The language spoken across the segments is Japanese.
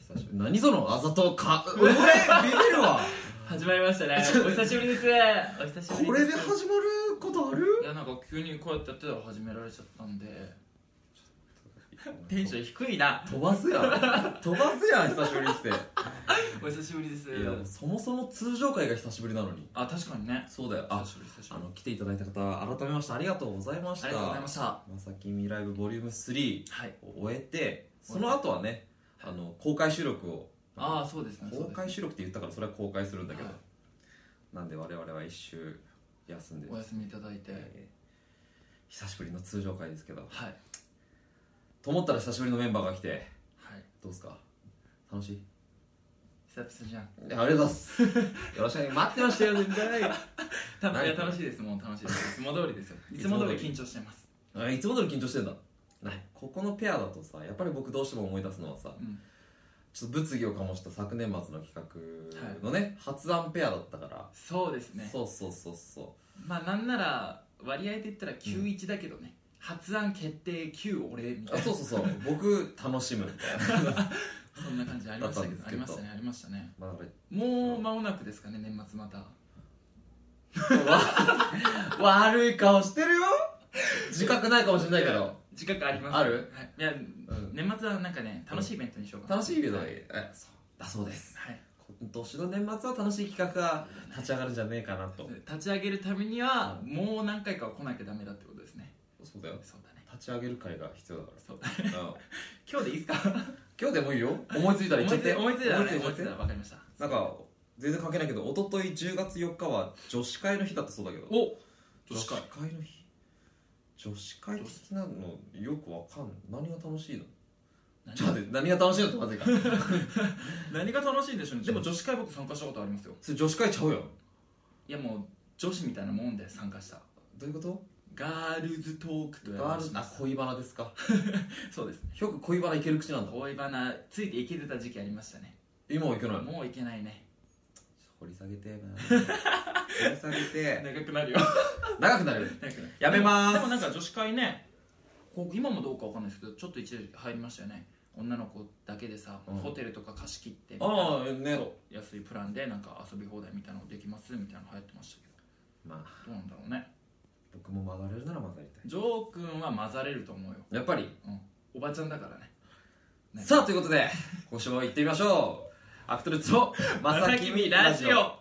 最初何そのあざとかこれビビるわ始まりましたねお久しぶりですお久しぶりすこれで始まることあるいやなんか急にこうやってやってたら始められちゃったんでテンション低いな飛ばすやん飛ばすやん久しぶりにしていお久しぶりですやもうそもそも通常会が久しぶりなのにあ確かにねそうだよ久あしぶり久しあぶりの来ていただいた方改めましてありがとうございましたありがとうございましたはまさきみライブボリューム3いを終えてその後はねあの公開収録をああそうですねそう公です開収録って言ったからそれは公開するんだけどはいなんで我々は一周休んでお休みいただいてえー久しぶりの通常会ですけどはいと思ったら久しぶりのメンバーが来てはいどうですか楽しい久々じゃんいやありがとうございますよろしくお願い 待ってましたよ全然たないいや楽しいですもう楽しいですいつも通りですよいつも通り緊張してますあいつも通り緊張してんだないここのペアだとさやっぱり僕どうしても思い出すのはさうんちょっと物議を醸した昨年末の企画のね、発案ペアだったから、そうですねそうそうそうそまあなんなら割合で言ったら91だけどね発案決定9俺みうたあいなそうそうそう僕楽しむみたい な、そんな感じありましたけどだあったんでりますしけたねありましたねまあ、だかもう間もなくですかね年末またら悪い顔してるよ自覚ないかもしれないけど自覚ありますある、はい、いや、ん年末はなんかね楽しいイベントにしようかな楽しいけど、はい、えそうだそうですはい今年の年末は楽しい企画が立ち上がるんじゃねえかなと立ち上げるためにはもう何回かは来なきゃダメだってことですねそうだよそうだね立ち上げる会が必要だからそう うん今日でいいですか今日でもいいよ思いついたら思言っいつちゃってい思いついたら思ね思いいつついたいたらら分かりましたなんか全然関係ないけど一昨日10月4日は女子会の日だったそうだけどお女子会の日女子会的なのよくわかんない何が楽しいの何ちょっと待って何が楽しいのってまずい か何が楽しいんでしょうねでも女子会僕参加したことありますよそれ女子会ちゃうやんいやもう女子みたいなもんで参加したどういうことガールズトークとやらガれーてルまあす恋バナですかそうですねよく恋バナいける口なんだ恋バナついていけてた時期ありましたね今はいけないのもういけないね掘り下げてえな掘り下げて長くなるよ長くなる長くなるやめまーすでもなんか女子会ねこう今もどうかわかんないですけどちょっと一時期入りましたよね女の子だけでさ、うんホテルとか貸し切ってみたいなああね安いプランでなんか遊び放題みたいなのできますみたいなの流行ってましたけまあどどうなんだろうね僕も曲がれるなら曲がりたいジョー君は混ざれると思うよやっぱりおばちゃんだからねねさあということ で今週も行ってみましょうアクトルツのまさきみラジオ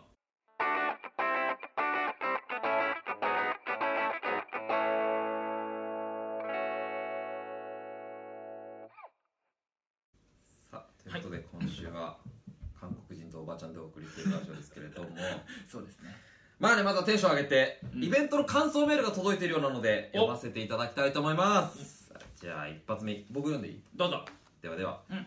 さあということで、今週は韓国人とおばちゃんでお送りするラジオですけれども そうですねまあねまずはテンション上げて、うんイベントの感想メールが届いているようなのでお読ませていただきたいと思いますじゃあ一発目僕読んでいいどうぞではでは、うん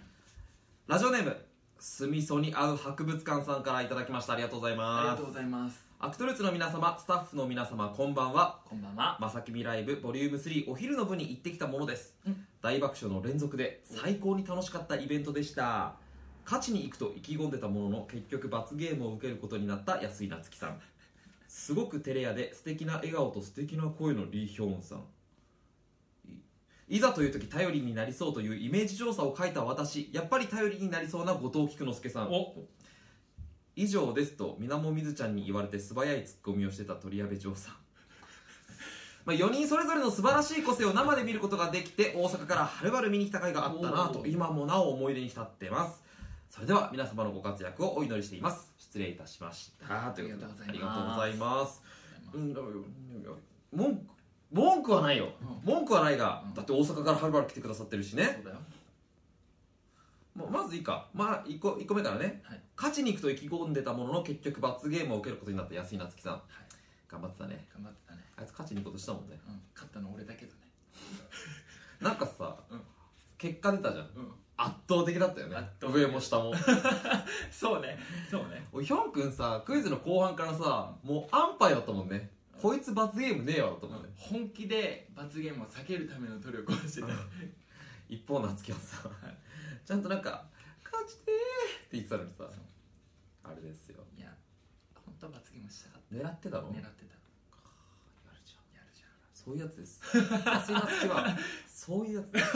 ラジオネームすみそに合う博物館さんからいただきましたありがとうございありまがすとうございますアクトルーツの皆様スタッフの皆様こんばんはこんばんはまさきみライブボリューム3お昼の部に行ってきたものです、うん大爆笑の連続で最高に楽しかったイベントでした勝ちに行くと意気込んでたものの結局罰ゲームを受けることになった安井夏樹さんすごく照れ屋で素敵な笑顔と素敵な声のリー・ヒョウンさんいいざという時頼りになりそうというイメージ調査を書いた私やっぱり頼りになりそうな後藤菊之助さんお以上ですとみなもみずちゃんに言われて素早いツッコミをしてた鳥矢部嬢さん まあ4人それぞれの素晴らしい個性を生で見ることができて大阪からはるばる見に来た回があったなおとー今もなお思い出に浸ってますそれでは皆様のご活躍をお祈りしています失礼いたしましたということでありがとうごあざりいがとうございますうんうんだから文句文句はないよ、文句はないが、うんだって大阪からはるばる来てくださってるしね、そうだよままずいいか、まあ、1, 個1個目からね、はい勝ちに行くと意気込んでたものの結局罰ゲームを受けることになった安井夏樹さん、頑張ってたね頑張ってたねあいつ勝ちに行くことしたもんねうん勝ったの俺だけどねなんかさ、うん結果出たじゃんうん圧倒的だったよね圧倒的上も下 もそうねそうねおいヒョン君さクイズの後半からさもう安牌だったもんねこいつ罰ゲームねえわだったもんね、本気で罰ゲームを避けるための努力をしてた一方夏樹はさ、ちゃんとなんか「勝ちてー!」って言ってたのにさそうあれですよいや本当は罰ゲームしたかっ狙ってたたの狙ってたやるじゃんやるじゃん そういうやつです。安井夏樹は、そういうやつです。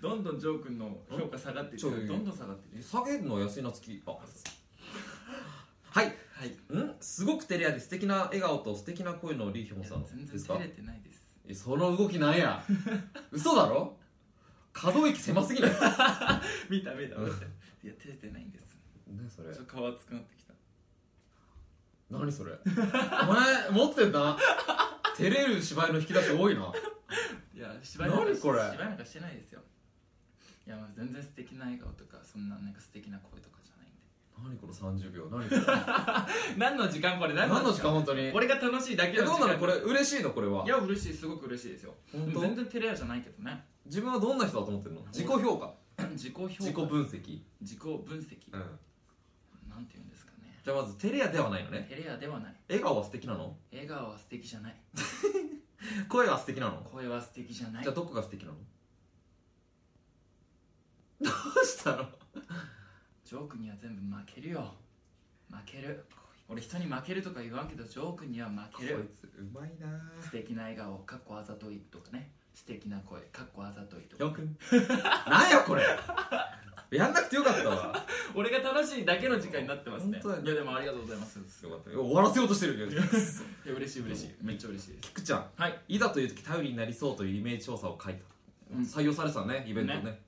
どんどんジョー君の評価下がっていちょいくどんどん下がっていく下げるのは安いな月あ はいはいんすごく照れ屋で素敵な笑顔と素敵な声のリーヒョンいやさん全然ですか照れてないですえその動きなんや 嘘だろ可動域狭すぎない見た見たうん見たいや照れてないんです何それちょっと顔熱くなってきた何それお前持ってんな照れる芝居の引き出し多いないや芝居なんか何しこれ芝居なんかしてないですよいやまあ全然素敵な笑顔とかそんななんか素敵な声とかじゃないんで何この30秒何これ何の時間これ何の時間本当に俺が楽しいだえけどのう時間なのこれ嬉しいのこれはいや嬉しいすごく嬉しいですよ本当全然照れ屋じゃないけどね 自分はどんな人だと思ってるの自己評価自己評価自己分析自己分析、うんなんて言うんですかねじゃあまず照れ屋ではないのね照れ屋ではない笑顔は素敵なの笑顔は素敵じゃない声は素敵なの声は素敵じゃないじゃあどこが素敵なのどうしたのジョークには全部負けるよ負ける俺人に負けるとか言わんけどジョークには負けるつうまいな素敵な笑顔かっこあざといとかね素敵な声かっこあざといとよかくんなんやこれやんなくてよかったわ俺が楽しいだけの時間になってますね本当だねいやでもありがとうございますよかった終わらせようとしてるけど いや嬉しい嬉しいめっちゃ嬉しいです菊ちゃんはいいざという時頼りになりそうというイメージ調査を書いた、うん採用されてたねイベントね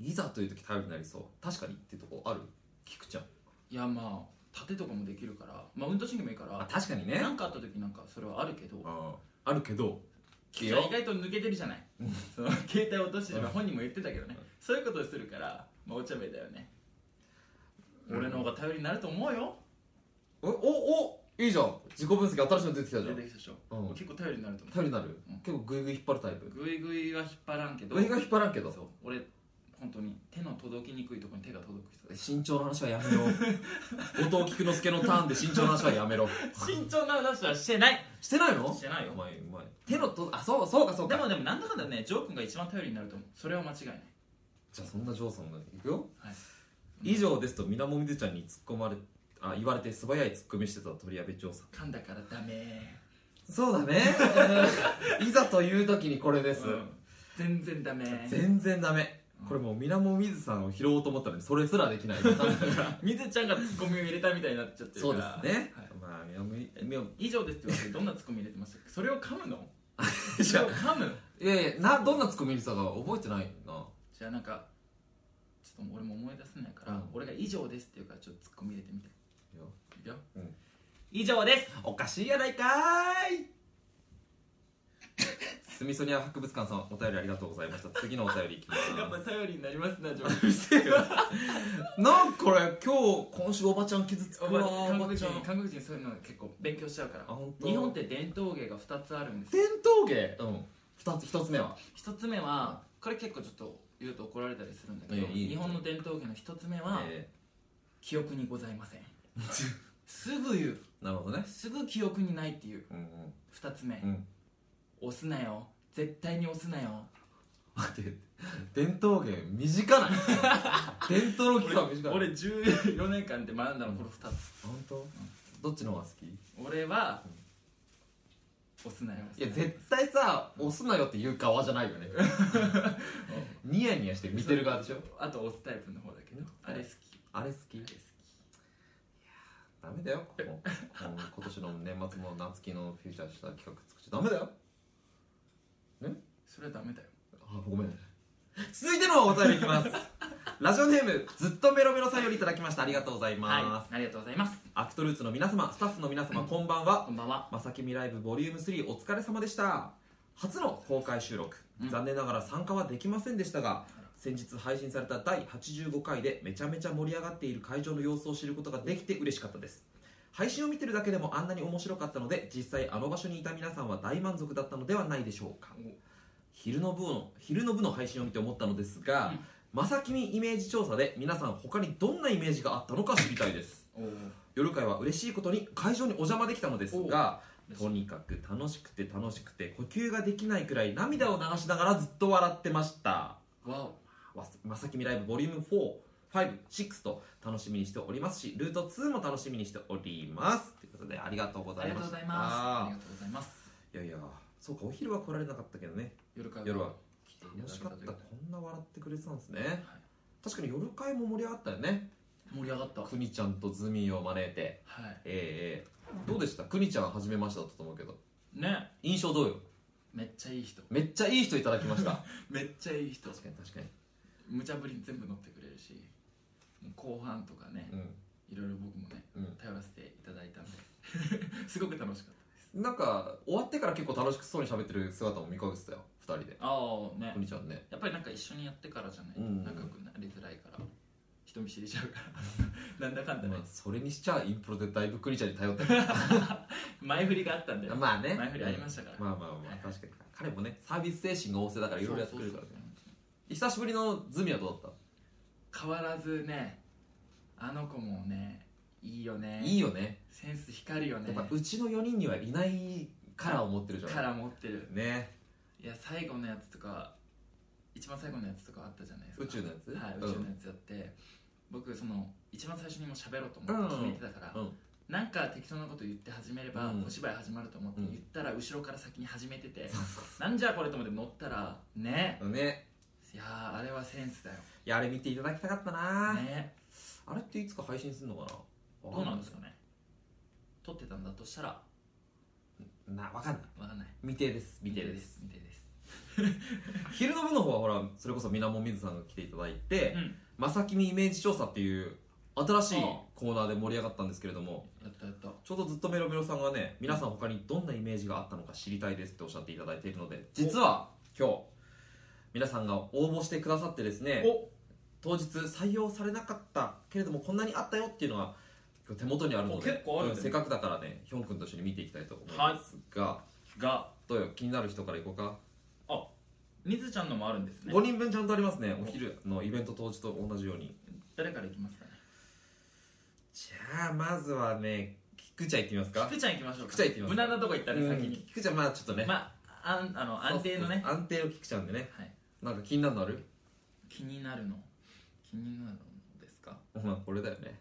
いざという時頼りになりそう確かにってとこある菊ちゃんいやまあ盾とかもできるからまあ運動神経もいいかあら確かにね何かあった時なんかそれはあるけどああるけど聞意くよ外と抜けてるじゃないその携帯落としてしまう本人も言ってたけどねそういうことをするから、まあ、お茶目だよねうん俺の方が頼りになると思うよおおおいいじゃん自己分析新しいの出てきたじゃ出んてきたでしょうん結構頼りになると思う頼りになる、うん結構グイグイ引っ張るタイプグイグイは引っ張らんけどグイグイ引っ張らんけどそう俺本当に手の届きにくいところに手が届く人です身長の話はやめ ろ後藤菊之助のターンで身長の話はやめろ慎重な話はしてない してないのしてないよお前お前手のとあそうそうかそうでかもでもなんだかんだねジョー君が一番頼りになると思うそれは間違いないじゃあそんなジョーソンのいくよ、はい以上ですとみなもみずちゃんに突っ込まれあ言われて素早い突っ込みしてた鳥矢部長さん噛んだからダメそうだ ねいざという時にこれです、うん全然ダメ全然ダメうんこれもうみなもみずさんを拾おうと思ったのにそれすらでき ないみずちゃんがツッコミを入れたみたいになっちゃってるそかうでらすね、はいまあみなもみみなも以上ですって言われてどんなツッコミ入れてましたっけそれを噛むのそじれゃを噛むいやいやなどんなツッコミ入れてたか覚えてないなじゃあなんかちょっと俺も思い出せないから、うん俺が以上ですって言うからちょっとツッコミ入れてみていいよいくよ、うん以上ですおかしいやないかーい スミソニア博物館さんお便りありがとうございました次のお便りいきま やっぱす頼りになりますなジョうるせえよなんかこれ今日今週おばちゃん傷つくおわばお韓ば国ち人ゃん韓国人そういうの結構勉強しちゃうからあ本当日本って伝統芸が2つあるんですよ伝統芸うん二つ一つ目は1つ目はこれ結構ちょっと言うと怒られたりするんだけどいやいい日本の伝統芸の1つ目は、え記憶にござい ませんすぐ言うーなるほどねすぐ記憶にないっていううん2つ目、うんうん押すなよ絶対に押すなよ待って伝統芸短 ない伝統の期間短い俺14年間で学んだのこの2つ本当どっちの方が好きい俺は押すなよや絶対さ押すなよって言う側じゃないよねニヤニヤして見てる側でしょあと押すタイプの方だけどあれ好きあれ好きあれ好きダメだよこのこの今年の年末も夏希のフューチャーした企画作っちゃダメだよそれはダメだよあごめん続いてのお便りいきます ラジオネームずっとメロメロさんよりいただきましたありがとうございます、はいありがとうございますアクトルーツの皆様スタッフの皆様こんばんはこんばんはまさきみライブボリューム3お疲れ様でした初の公開収録、うん残念ながら参加はできませんでしたがら先日配信された第85回でめちゃめちゃ盛り上がっている会場の様子を知ることができて嬉しかったです配信を見てるだけでもあんなに面白かったので実際あの場所にいた皆さんは大満足だったのではないでしょうかお昼の部の昼の部の配信を見て思ったのですが、まさきみイメージ調査で皆さん他にどんなイメージがあったのか知りたいですおー夜会は嬉しいことに会場にお邪魔できたのですがとにかく楽しくて楽しくて呼吸ができないくらい涙を流しながらずっと笑ってましたわおわまさきみライブボリューム456と楽しみにしておりますしルート2も楽しみにしておりますということでありがとうござあいりがまとうしごたざいますありがとうございますいやいやそうかお昼は来られなかったけどね夜から夜は来していただ楽しけかたっというたこことでんな笑ってくれてたんですね確かに夜会も盛り上がったよね盛り上がったはくにちゃんとズミを招いていええええどうでしたくにちゃん初めましてだったと思うけどね印象どうよめっちゃいい人めっちゃいい人いただきました めっちゃいい人確かに確かに無茶ぶりに全部乗ってくれるしもう後半とかねうんいろいろ僕もねうん頼らせていただいたんで すごく楽しかったですなんか終わってから結構楽しくそうに喋ってる姿も見かけてたよ二人でああねくにちゃんねやっぱりなんか一緒にやってからじゃない、うん仲良くなりづらいから人見知りしちゃうから なんだかんだまねあ、それにしちゃインプロでだいぶクニちゃんに頼ってる前振りがあったんだよまあね前振りあ りましたからまあまあまあ確かに彼もねサービス精神が旺盛だからいろいろやってくるからね久しぶりのズミはどうだっ変わらずねあの子もねいいよた、ねいいよねセンス光るよやねっぱうちの4人にはいないカラーを持ってるじゃんカラー持ってるねいや最後のやつとか一番最後のやつとかあったじゃないですか宇宙のやつはい、宇宙のやつやって、僕その一番最初にもう喋ろうとう思んって決めてたから、うんなんか適当なこと言って始めれば、うんお芝居始まると思ってうん言ったら後ろから先に始めて て、なんじゃこれと思って乗ったらねうんねいやーあれはセンスだよいやあれ見ていただきたかったな、ねあれっていつか配信するのかなどうなんですかね撮ってたんだとしたらなわかんないわかんない未定です見未て定でですす見てです昼の部の方はほらそれこそみなもみずさんが来ていただいて、うんまさきみイメージ調査っていう新しいああコーナーで盛り上がったんですけれどもやったやったちょうどずっとメロメロさんがね皆さん他にどんなイメージがあったのか知りたいですっておっしゃっていただいているので実は今日皆さんが応募してくださってですねお当日採用されなかったけれどもこんなにあったよっていうのが今日手元にあるのでお結構あるねうんせっかくだからねヒョン君と一緒に見ていきたいと思いますが、がどうよ気になる人からいこうか、みずちゃんのもあるんですね5人分ちゃんとありますねお昼のイベント当日と同じように誰からいきますかねじゃあまずはね菊ちゃんいってみますか菊ちゃんいきましょうか菊ちゃんいってみます無難なとこ行ったね先うんに、菊ちゃんまあちょっとね、まああんあの安定のねそうそう安定の菊ちゃんでねはいなんか気になるのある気になるの気になるのですかまあこれだよね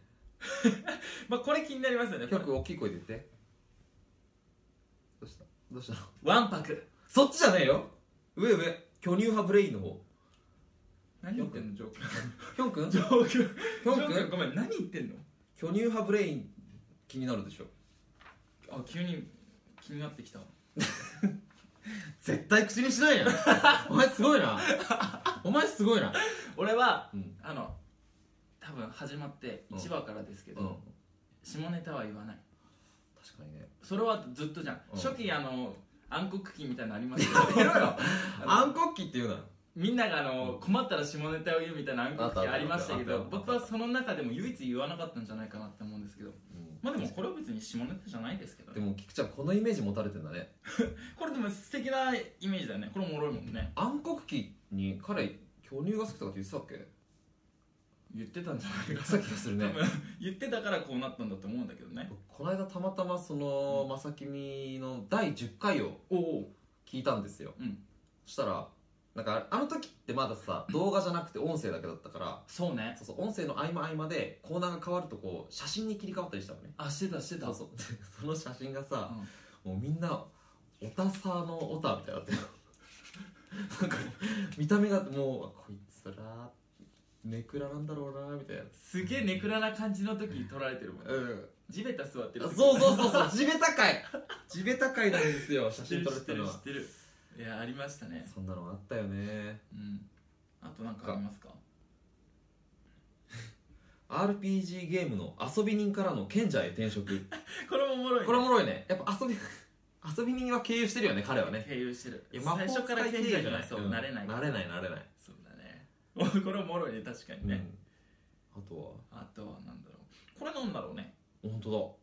まあこれ気になりますよねよく大きい声で言ってどうしたどうしたのわんぱくそっちじゃねえよ上上巨乳派ブレインの方何言ってんの状況ヒョン君ヒ状況状ョン況君ごめん何言ってんの巨乳派ブレイン気になるでしょあ急に気になってきた絶対口にし ないやんお前すごいなお前すごいな俺は、うんあの多分始まって1話からですけど、うん下ネタは言わない確かにねそれはずっとじゃん、うん初期あの暗黒期みたいなのありますけどやめ ろよ暗黒期っていうなみんながあの困ったら下ネタを言うみたいな暗黒期ありましたけあったどあったあった僕はその中でも唯一言わなかったんじゃないかなって思うんですけどまあでもこれは別に下ネタじゃないですけどでねも菊ちゃんこのイメージ持たれてんだねこれでも素敵なイメージだよねこれもろいもんね暗黒期に彼巨乳が好きとかって言ってたっ け言ってたんじゃないかさっきがするね 多分言ってたからこうなったんだと思うんだけどねこの間たまたまそのまさきみの第10回をおお聞いたんですよ、うんそしたらなんかああの時ってまださ動画じゃなくて音声だけだったからそうねそうそう音声の合間合間でコーナーが変わるとこう写真に切り替わったりしたのねあしてたしてたそう そうその写真がさ、もうみんなオタサーのオタみたいになってる なんか見た目がもうこいつらネクラなんだろうなみたいなすげえネクラな感じの時に撮られてるもんねうん地べた座ってる時そうそうそうそう地べた会地べた会なんですよ写 知っ真てる撮知れってるてのる知はってるいやありましたねそんなのあったよねうんあとなんかありますか RPG ゲームの遊び人からの賢者へ転職これもおもろいねこれおもろいねやっぱ遊び 遊び人は経由してるよね彼はね経由してるいや魔法最初から使経い由経由じゃないそうなれないなれないなれないそうだね これおもろいね確かにねうんあとはあとはなんだろうこれなんだろうね本当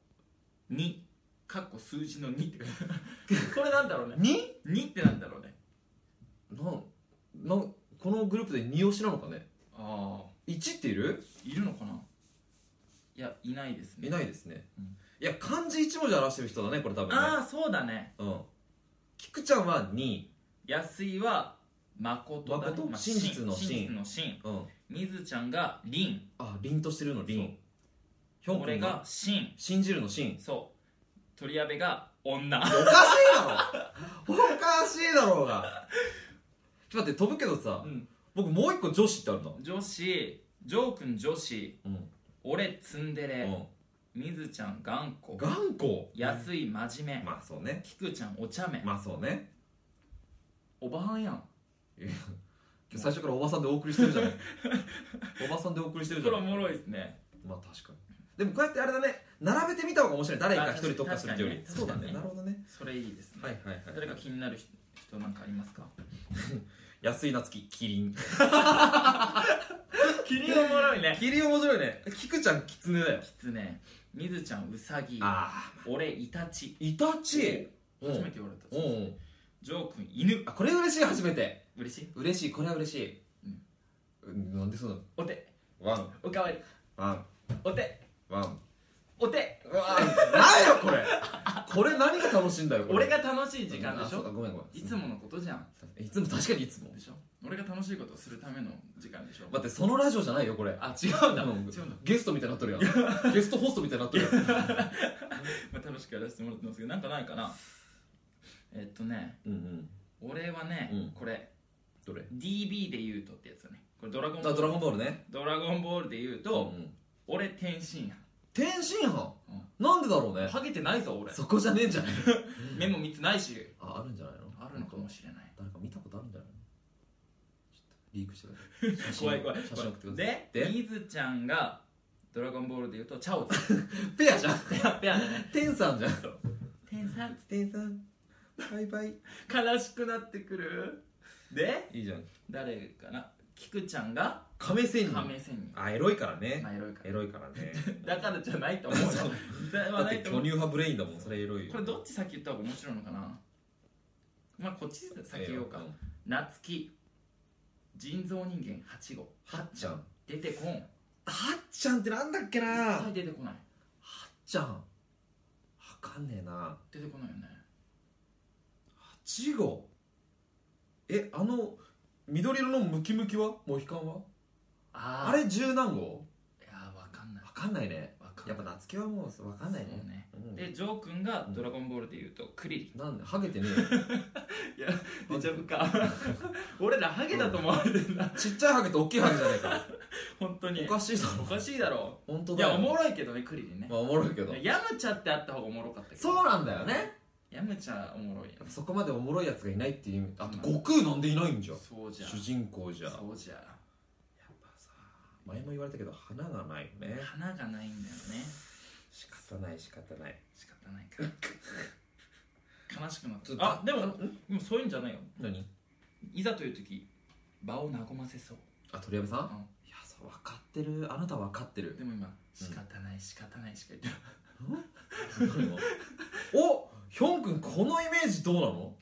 2かっこ数字の2って書いてある これなんだろうねだに2ってなんだろうねなんなんこのグループで二押しなのかねああ1っているいるのかないやいないですねいないですね、うんいや漢字一文字表してる人だねこれ多分ねああそうだねうん菊ちゃんは2安井は誠だね、誠まあ真実の真真実の真うんみずちゃんが凛あ凛としてるの凛ヒョン俺君がが真信じるの信そう鳥矢部が女おかしいだろおかしいだろうがちょっと待って飛ぶけどさ、うん僕もう一個女子ってあるな女子ジョー君女子うん、俺ツンデレうみずちゃん頑固ん、頑固安い真面目まあそうねきくちゃんお茶目まあそうねおばはんやん今日最初からおばさんでお送りしてるじ ゃないおばさんでお送りしてるじこゃれなおいもろいですねまあ確かにでもこうやってあれだね並べてみた方が面白い誰か一人特化するっていうよりあ確かに確かにそうだねなるほどねそれいいですね、はいはいはい誰か気になる人人なんかありますか安井夏樹キリンキリンおもろいね キリン面白いね菊ちゃんキツネだよ きつねみずちゃんうさぎああ俺イタチイタチうん初めて言われうたんジョー君犬あこれ嬉しい初めて嬉しい嬉しいこれは嬉しい、うん、なんでそうなのお手ワンおかわりワンお手ワンお手うわ何よこれこれ何が楽しいんだよこれ俺が楽しい時間でしあそうかょごめんごめんいつものことじゃんいつも確かにいつもでしょ俺が楽しいことをするための時間でしょ待ってそのラジオじゃないよこれあ違うんだう違うんんだ、ゲストみたいになっとるや んゲストホストみたいになっとるやんまあ、楽しくやらせてもらってますけどなんかないかなえっとねうんうん俺はね、うんこれどれ DB で言うとってやつだねこれドラゴンボあールドラゴンボールねドラゴンボールで言ううと、ん俺天津飯天津飯うんなんでだろうねハゲてないぞ俺そこじゃねえんじゃない目も見てないしああるんじゃないのあるのかもしれない誰か見たことあるんじゃないのちょっとリークしてください 怖い怖い写真送ってくださいでみずちゃんがドラゴンボールで言うとチャオズ ペアじゃんペアだね天さんじゃん天さん天さんバイバイ悲しくなってくるでいいじゃん誰かなキクちゃんが亀仙人亀仙人あエロいからねまあエロいかエロいから ねらだからじゃないと思うよだだはっなてい巨と思う乳派ブレインだもんそれエロいよこれどっち先言った方が面白いのかなまあこっち先言おうか夏希人造人間8号はっちゃん出てこん一はっちゃんってなんだっけなはっ切出てこないちゃんわかんねえな出てこないよね八号えあの緑色のムキムキはモヒカンはああれいれ十何号やーわかんないわかんないねわかんないやっぱ夏希はもうわかんないそうねねうんでジョー君がドラゴンボールで言うとクリリなんでハゲてね いやデジャブか 俺らハゲだと思われてんだえちっちゃいハゲと大きいハゲじゃないか本当におかしいだ ろおかしいだろ本当いだよやおもろいけどねクリリねまあおもろいけどヤムチャってあった方がおもろかったけどそうなんだよねヤムチャおもろいよそこまでおもろいやつがいないっていう意味あとうん悟空なんでいないんじゃんそうじゃ主人公じゃそうじゃ前も言われたけど花がないよね花がないんだよね仕方ない仕方ない仕方ない から悲しくなっちょったとあでもんでもそういうんじゃないよ何いざという時場を和ませそう、あ鳥山さんういやそう分かってるあなた分かってんるでも今仕方ない仕方ないしか言ってない おヒョン君このイメージどうなの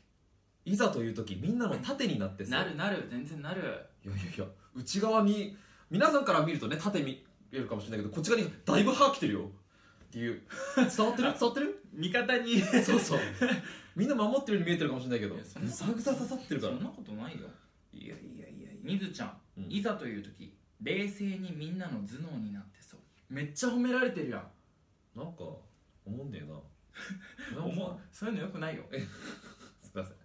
いざという時みんなの盾になってさなるなる全然なるいやいやいや内側に皆さんから見るとね縦見えるかもしれないけどこっち側にだいぶ歯来てるよっていう伝 わってる伝わってる味方 にそうそうみんな守ってるように見えてるかもしれないけどいやそんぐなさぐさ刺さってるかそらんなことないよいやいやいやいみずちゃん、うんいざという時冷静にみんなの頭脳になってそうめっちゃ褒められてるやんやなんか思うんだよな思うそういうのよくないよすいません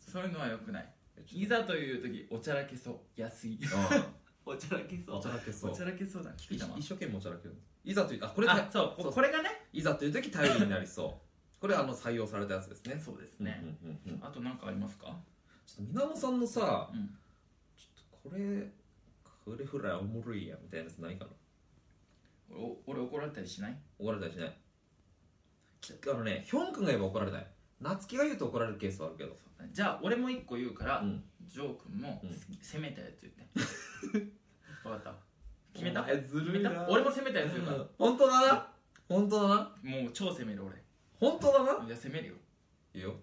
そういうのはよくないちょっといざという時おちゃらけそう安いあおちゃらけそあおちゃらけそうおちゃらけそうだ聞いいたわ一生懸命おちゃらけるいざというあこれあそうそうここれがねいざという時頼りになりそうこれあの採用されたやつですねそうですね、うんうんうんうん、ちょあと何かありますかっと皆野さんのさうんちょっとこれこれフライおもろいやんみたいなやつないかなお俺怒られたりしない怒られたりしないきあのねヒョン君が言えば怒られない夏希が言うと怒られるケースはあるけどじゃあ俺も一個言うから、うんジョー君も、うん攻めたやつ言って 分かった決めたお前ず決るいめなた俺も攻めたやつ言うから、本当だな本当だなもう超攻める俺本当だないや攻めるよいいよ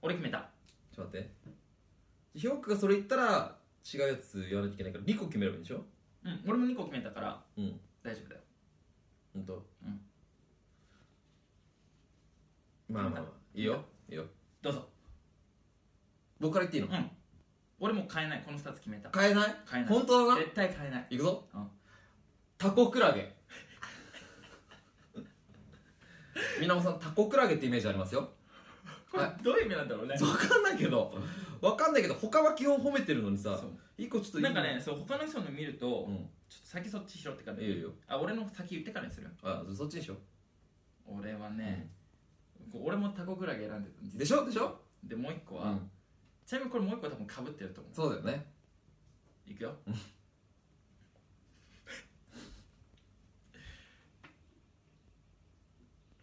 俺決めたちょっと待ってヒョン君がそれ言ったら違うやつ言わないといけないから2個決めればいいんでしょうん俺も2個決めたからうん大丈夫だよ本当。うんまあまあまあいいよいいよどうぞ僕から言っていいの、うん俺もう変えないこの2つ決めた変えない変えない本当だな絶対変えないいくぞ、うんタコクラゲ みなもさんタコクラゲってイメージありますよこれどういう意味なんだろうねわかんないけどわかんないけど他は基本褒めてるのにさそう一個ちょっといいなんかねそう他の人の見ると、うんちょっと先そっち拾ってからいいよいいよあ俺の先言ってからにするあそっちでしょ俺はね、こう俺もタコクラゲ選んでたんでしょでしょでもう一個うは、んちなみにこれもう一個は多分かぶってると思そうだよねういくよ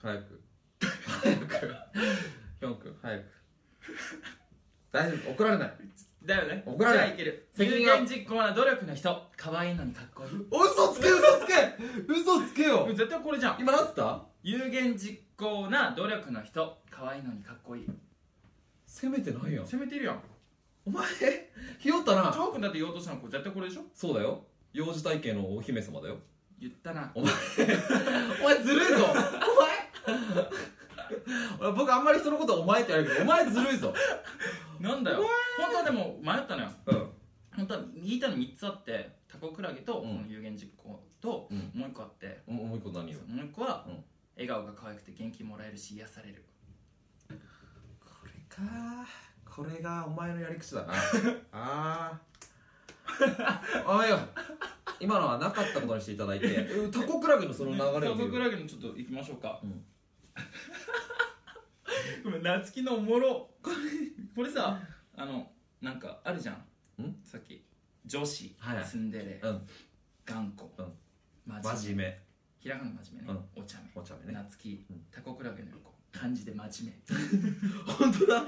早く早くヒョン君早く大丈夫怒られないだよね怒られじゃなあいいける責有任は言実行は努力の人可愛いのにかっこいい嘘つけ嘘つけ嘘つけよ絶対これじゃん今なんつった有言実行な努力の人可愛いのにかっこいい攻めてないやん攻めてるやんお前ひよったチなョー君だって言おうとしたのこれ絶対これでしょそうだよ幼児体系のお姫様だよ言ったなお前ずるいぞお前僕あんまり人のことお前って言われるけどお前ずるいぞなんだよ本当はでも迷ったのようん本当は言いたいの3つあってタコクラゲとこの有言実行と、うんもう1個あっておもう一個何よもう1個は、うん笑顔が可愛くて元気もらえるし癒されるこれかこれがお前のやり口だ なあーああいや今のはなかったことにしていただいてうん タコクラゲのその流れタを見コクるラゲのちょっと行きましょうか、うん ごめん夏希のおもろこれこれさあのなんかあるじゃんんさっき女子、はいツンデレ、うん頑固、うん真面真目面目ひらがな真面目ね、お茶お茶目目ね夏希、うんタコクラゲの横漢字で真面本当だ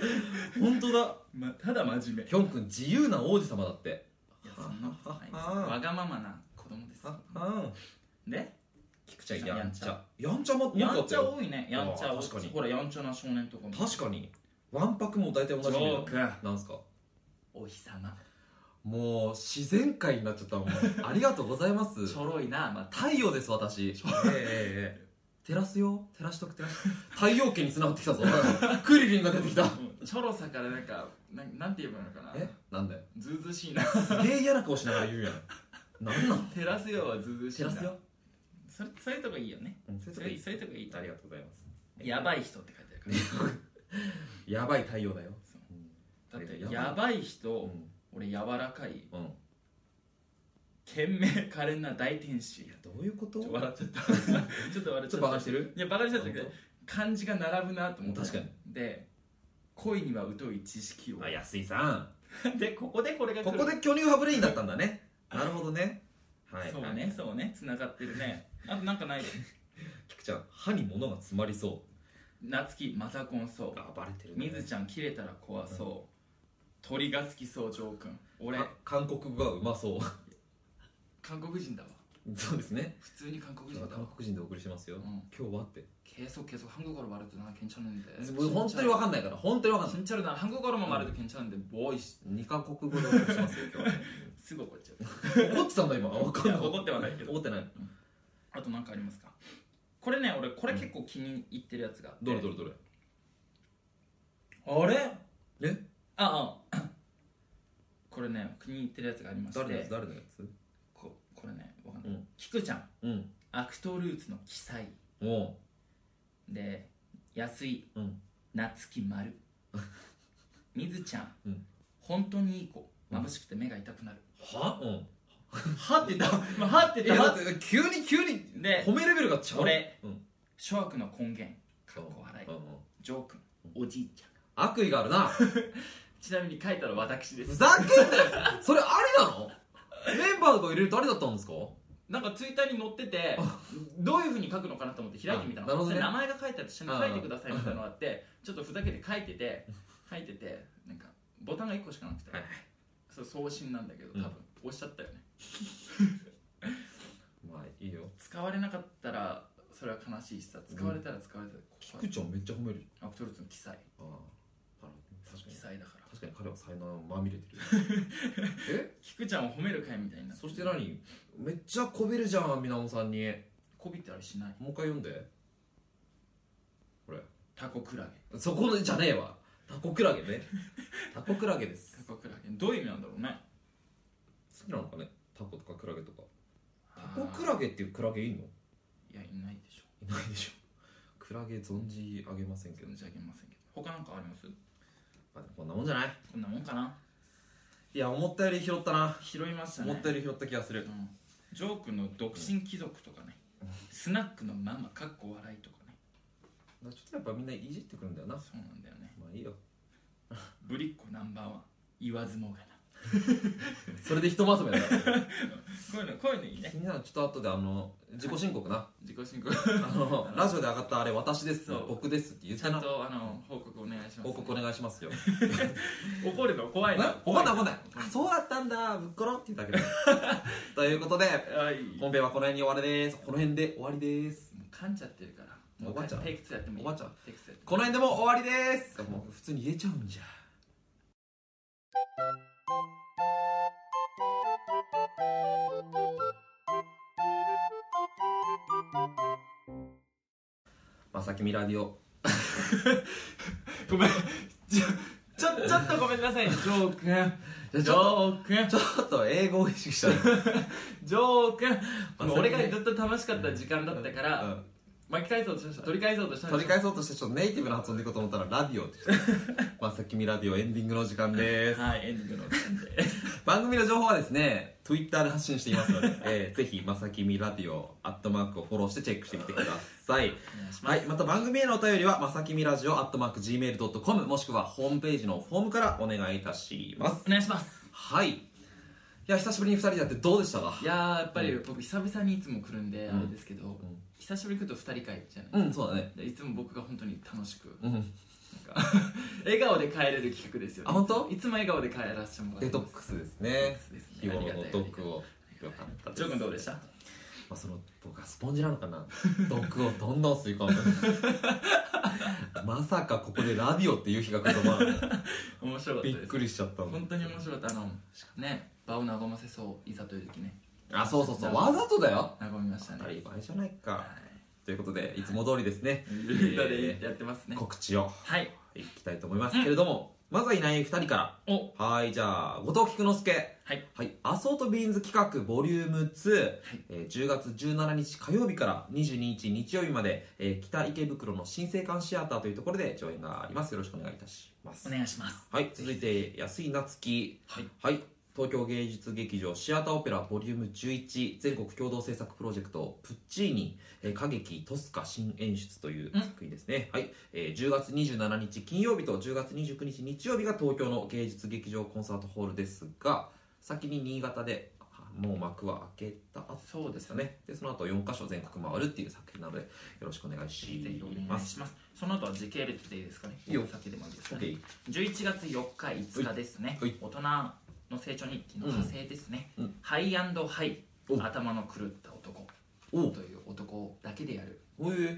本当だ目、ま、ただ真面目いヒョン君自由な王子様だってやそんなことないですああわがままな子供ですうんで菊ちゃんややんんちちゃゃやんちゃもやんっちたゃよ多いねやんちゃああ多い確かにほらやんちゃな少年とかも確かにわんぱくも大体同じジョーね君なんすかお日様もう自然界になっちゃった もんありがとうございますちょろいなまた太陽です私ええええ照らすよ照らしとく照らしとく太陽系に繋がってきたぞクリリンが出てきたうんチョロさからなんかなんなんて言えばいいのかなえなんだよずうずうしいなすげえ嫌な顔しながら言うやんなんなん照らすよはずうずうしい照ならすよそれそういうとこいいよねうんそれそとれかいいそういうとこいいありがとうございますやばい人って書いてあるからやばい太陽だよそううんだってやばいやばい人、うん俺柔らかいうん賢明可憐な大天使ちどういうことょっと笑っちゃったちょっと笑っちちょっとゃっバたカしてるいやバカにしちゃったけど漢字が並ぶなと思って確かにで恋には疎い知識をあ安井さんでここでこれが来こるこで巨乳ハブレインだったんだねなるほどねはいそうねそうね繋がってるねあとなんかない菊ちゃん歯に物が詰まりそ夏希マザコンそううあバレてるみずちゃん切れたら怖そう、鳥が好きそうジョー君俺か韓国語がうまそう韓国人だわそうですね普通に韓国人だ韓わ国人でお送りしますよ、うん今日はって 계속계속한국어로말해도난괜찮은데 本当にわかんないから本当にわかんない 진짜로난한국어로만말해도괜찮은데뭐이씨 2カ国語でお送りしますよ今すぐ怒っちゃう日怒ってたんだ今わかんないいや怒ってはないけど怒ってないあと何かありますかこれね俺これ結構気に入ってるやつがあってどれどれどれあれえああ これね気に入ってるやつがありまして誰のやつ誰のやつここれねわかんない、うんキクちゃんうんアクトルーツの記載もで安い、うん夏木 丸みずちゃん、うん本当にいい子眩しくて目が痛くなる、うはうんはって言った今 はってい言やっただはって急に急にで褒めレベルが違う俺うん諸悪の根源かっこ笑いうんうんジョー君おじいちゃん悪意があるなちなみに書いたの私でふすざけんなよそれありなのメンバーが入れるとありだったんですかなんかツイッターに載っててどういうふうに書くのかなと思って開いてみたあなるの、ほどね名前が書いてある下にあ書いてくださいみたいなのがあってちょっとふざけて書いてて書いててなんかボタンが1個しかなくて、はいそう送信なんだけど多分、押しちゃったよねまあいいよ使われなかったらそれは悲しいしさ使われたら使われたら怖菊い、ちゃんめっちゃ褒めるアクトルーツの記載ああ確か記に載だから確かに彼は才能まみれて るえ菊ちゃんを褒める会みたいになってそるして何めっちゃこびるじゃんみなもさんにこびったりしないもう一回読んでタコクラゲそこのじゃねえわタコクラゲ ねタコクラゲですタコクラゲどういう意味なんだろうね好きなのかねタコとかクラゲとかタコクラゲっていうクラゲいいのいやいないでしょいないでしょクラゲ存じ上げませんけど存じ上げませんけど他なんかありますまあこんなもんじゃないこんなもんかないや思ったより拾ったな拾いましたね思ったより拾った気がするうんジョー君の独身貴族とかねスナックのママかっこ笑いとかねちょっとやっぱみんないじってくるんだよなまそうなんだよねあいいよぶりっ子ナンバーワン言わずもがなそれでひとまとめだ こういうのこういうのいいね気になるちょっと後であの自己申告 な自己申告あのラジオで上がったあれ私ですそう僕ですって言っちたゃんなとあの報告お願いします報告お願いしますよ怒るの怖いなな怒んない怒んないあそうだったんだぶっころって言ったけど ということではいも本編はこの辺に終わりですこの辺で終わりですう噛んじゃってるからおばちゃんテイク2やってもいおいばちゃんテイク2やってこの辺でもう終わりですもう普通に言えちゃうんじゃまさきみラディオごめんちょちょちょっとごめんなさいジョー君ジョー君ちょっと英語を意識 したジョー君まあそれ俺ねがずっと楽しかった時間だったから、うん巻き返そうとしました取り返そうとしたん取でりす返そうとしてちょっとネイティブな発音でいこうと思ったらラディオって言ってたまさきみラディオエンディングの時間ですはいエンディングのお時間で番組の情報はですね Twitter で発信していますので、 えーぜひまさきみラディオアットマークをフォローしてチェックしてみてくださいお願いしますはい、また番組へのお便りはまさきみラジオアットマーク Gmail.com もしくはホームページのフォームからお願いいたしますお願いしますはいいや久しぶりに2人でやってどうでしたかいやーやっぱり僕久々にいつも来るんでんあれですけど、ん久しぶりに来ると2人会じゃない、うんそうだねでいつも僕が本当に楽しくうんなんか 笑顔で帰れる企画ですよ、あ本当いつも笑顔で帰らせてもらってデトまッすクスですデトッねクスですね日頃のありがたい毒をよかったジョー君どうでしたまあ、その僕はスポンジなのかな毒をどんどん吸い込 むまさかここでラディオっていう日が来ると思わなかっ面白かたびっったですくりしちゃったの本当に面白かったあのね場を和ませそういざという時ねあそうそうそうわざとだよ和みましたね当たはいり前じゃないかということでいつも通りですね、歌でやってますね告知をはいいきたいと思いますけれども、まずはいない2人かおらはいじゃあ後藤菊之助はいはい、アソートビーンズ企画ボリューム2、えー10月17日火曜日から22日日曜日まで、えー北池袋の新生館シアターというところで上演がありますよろしくお願いいたしますお願いしますはい続いて安井夏樹はいはい東京芸術劇場シアターオペラボリューム11全国共同制作プロジェクトプッチーニ、えー歌劇トスカ新演出という作品ですね、はいえー10月27日金曜日と10月29日日曜日が東京の芸術劇場コンサートホールですが先に新潟であもう幕は開けた後そうでですすよねでその後4カ所全国回るっていう作品なのでよろしくお願いぜひしお願まいすしますその後は時系列でいいですかねいいよ先でもいいですかね OK 11月4日5日ですねほい大人の成長日記の派生ですね、うんハイハイお頭の狂った男おうという男だけでやるおえ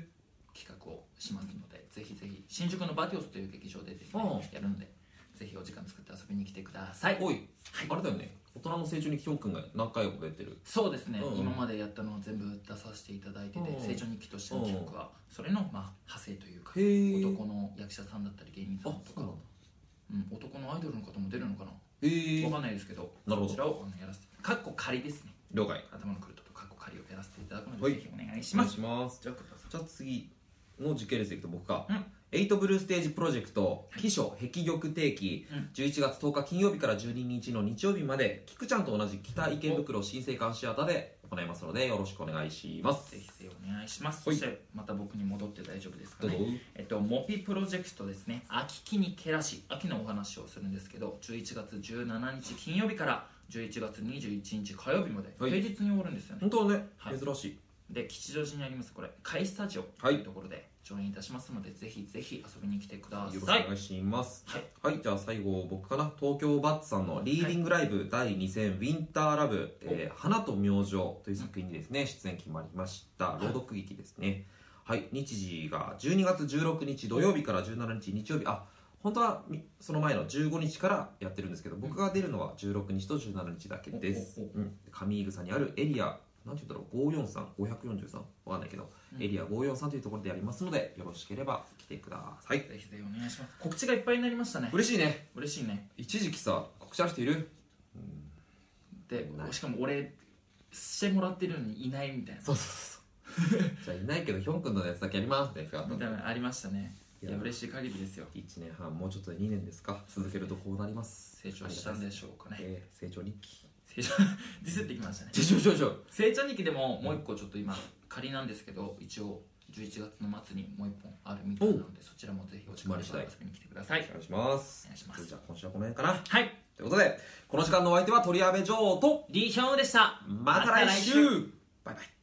企画をしますのでぜひぜひ新宿のバティオスという劇場でですねうやるのでぜひお時間作って遊びに来てくださいおい、あれだよね大人の成長にきょんくんが何回も出てるそうですね、うん今までやったのを全部出させていただいてて、うん成長日記としての企画はそれのまあ派生というかへー男の役者さんだったり芸人さんとかあそうなんだうん、男のアイドルの方も出るのかな、えわかんないですけどなるほどそちらをあのやらせてかっこ仮ですね了解頭のくるととかっこ仮をやらせていただくので、はいぜひお願いしおま願すいしますじゃあくださじゃあ次の時系列でいくと僕か、うんエイトブルーステージプロジェクト「秘書壁玉定期」うん11月10日金曜日から12日の日曜日まで菊ちゃんと同じ北池袋新生館シアターで行いますのでよろしくお願いしますいぜひぜひお願いしますはそいしてまた僕に戻って大丈夫ですかどうねぞえっと、モピプロジェクトですね秋木にけらし秋のお話をするんですけど11月17日金曜日から11月21日火曜日までは平い日に終わるんですよね、本当だね、はい珍しいで吉祥寺にありますこれ海スタジオはといいうところで上演いたしますので、ぜひぜひ遊びに来てくだよろしくおさい願いしますはいはい、じゃあ最後僕かな東京バッツさんのリーディングライブ第2戦「ウィンターラブ、えー花と明星」という作品にですね出演決まりましたい朗読劇ですねはい日時が12月16日土曜日から17日日曜日あ本当はみその前の15日からやってるんですけど僕が出るのは16日と17日だけです、おおうん、上井草にあるエリアなんて言うんだろう543543わかんないけど、エリア543というところでやりますのでよろしければ来てくださいぜひぜひお願いします告知がいっぱいになりましたね嬉しいね嬉しいね一時期さ告知ある人いるでないしかも俺してもらってるのにいないみたい なそうそうそうじゃあいないけどヒョン君のやつだけやりますってやつがあったみんただいなのありましたねいや嬉しい限りですよ1年半もうちょっとで2年ですか続けるとこうなります成長したんでしょうかねえー成長日記成長ディスってきましたね成長成長成長日記でももう一個ちょっと今仮なんですけど一応11月の末にもう一本あるみたいなのでそちらもぜひお時間あれば遊びに来てくださいお願いしますお願いしますじゃあ今週はこの辺かなはいということでこの時間のお相手は鳥籔女王とリーヒョンウでしたまた来週また来バイバイ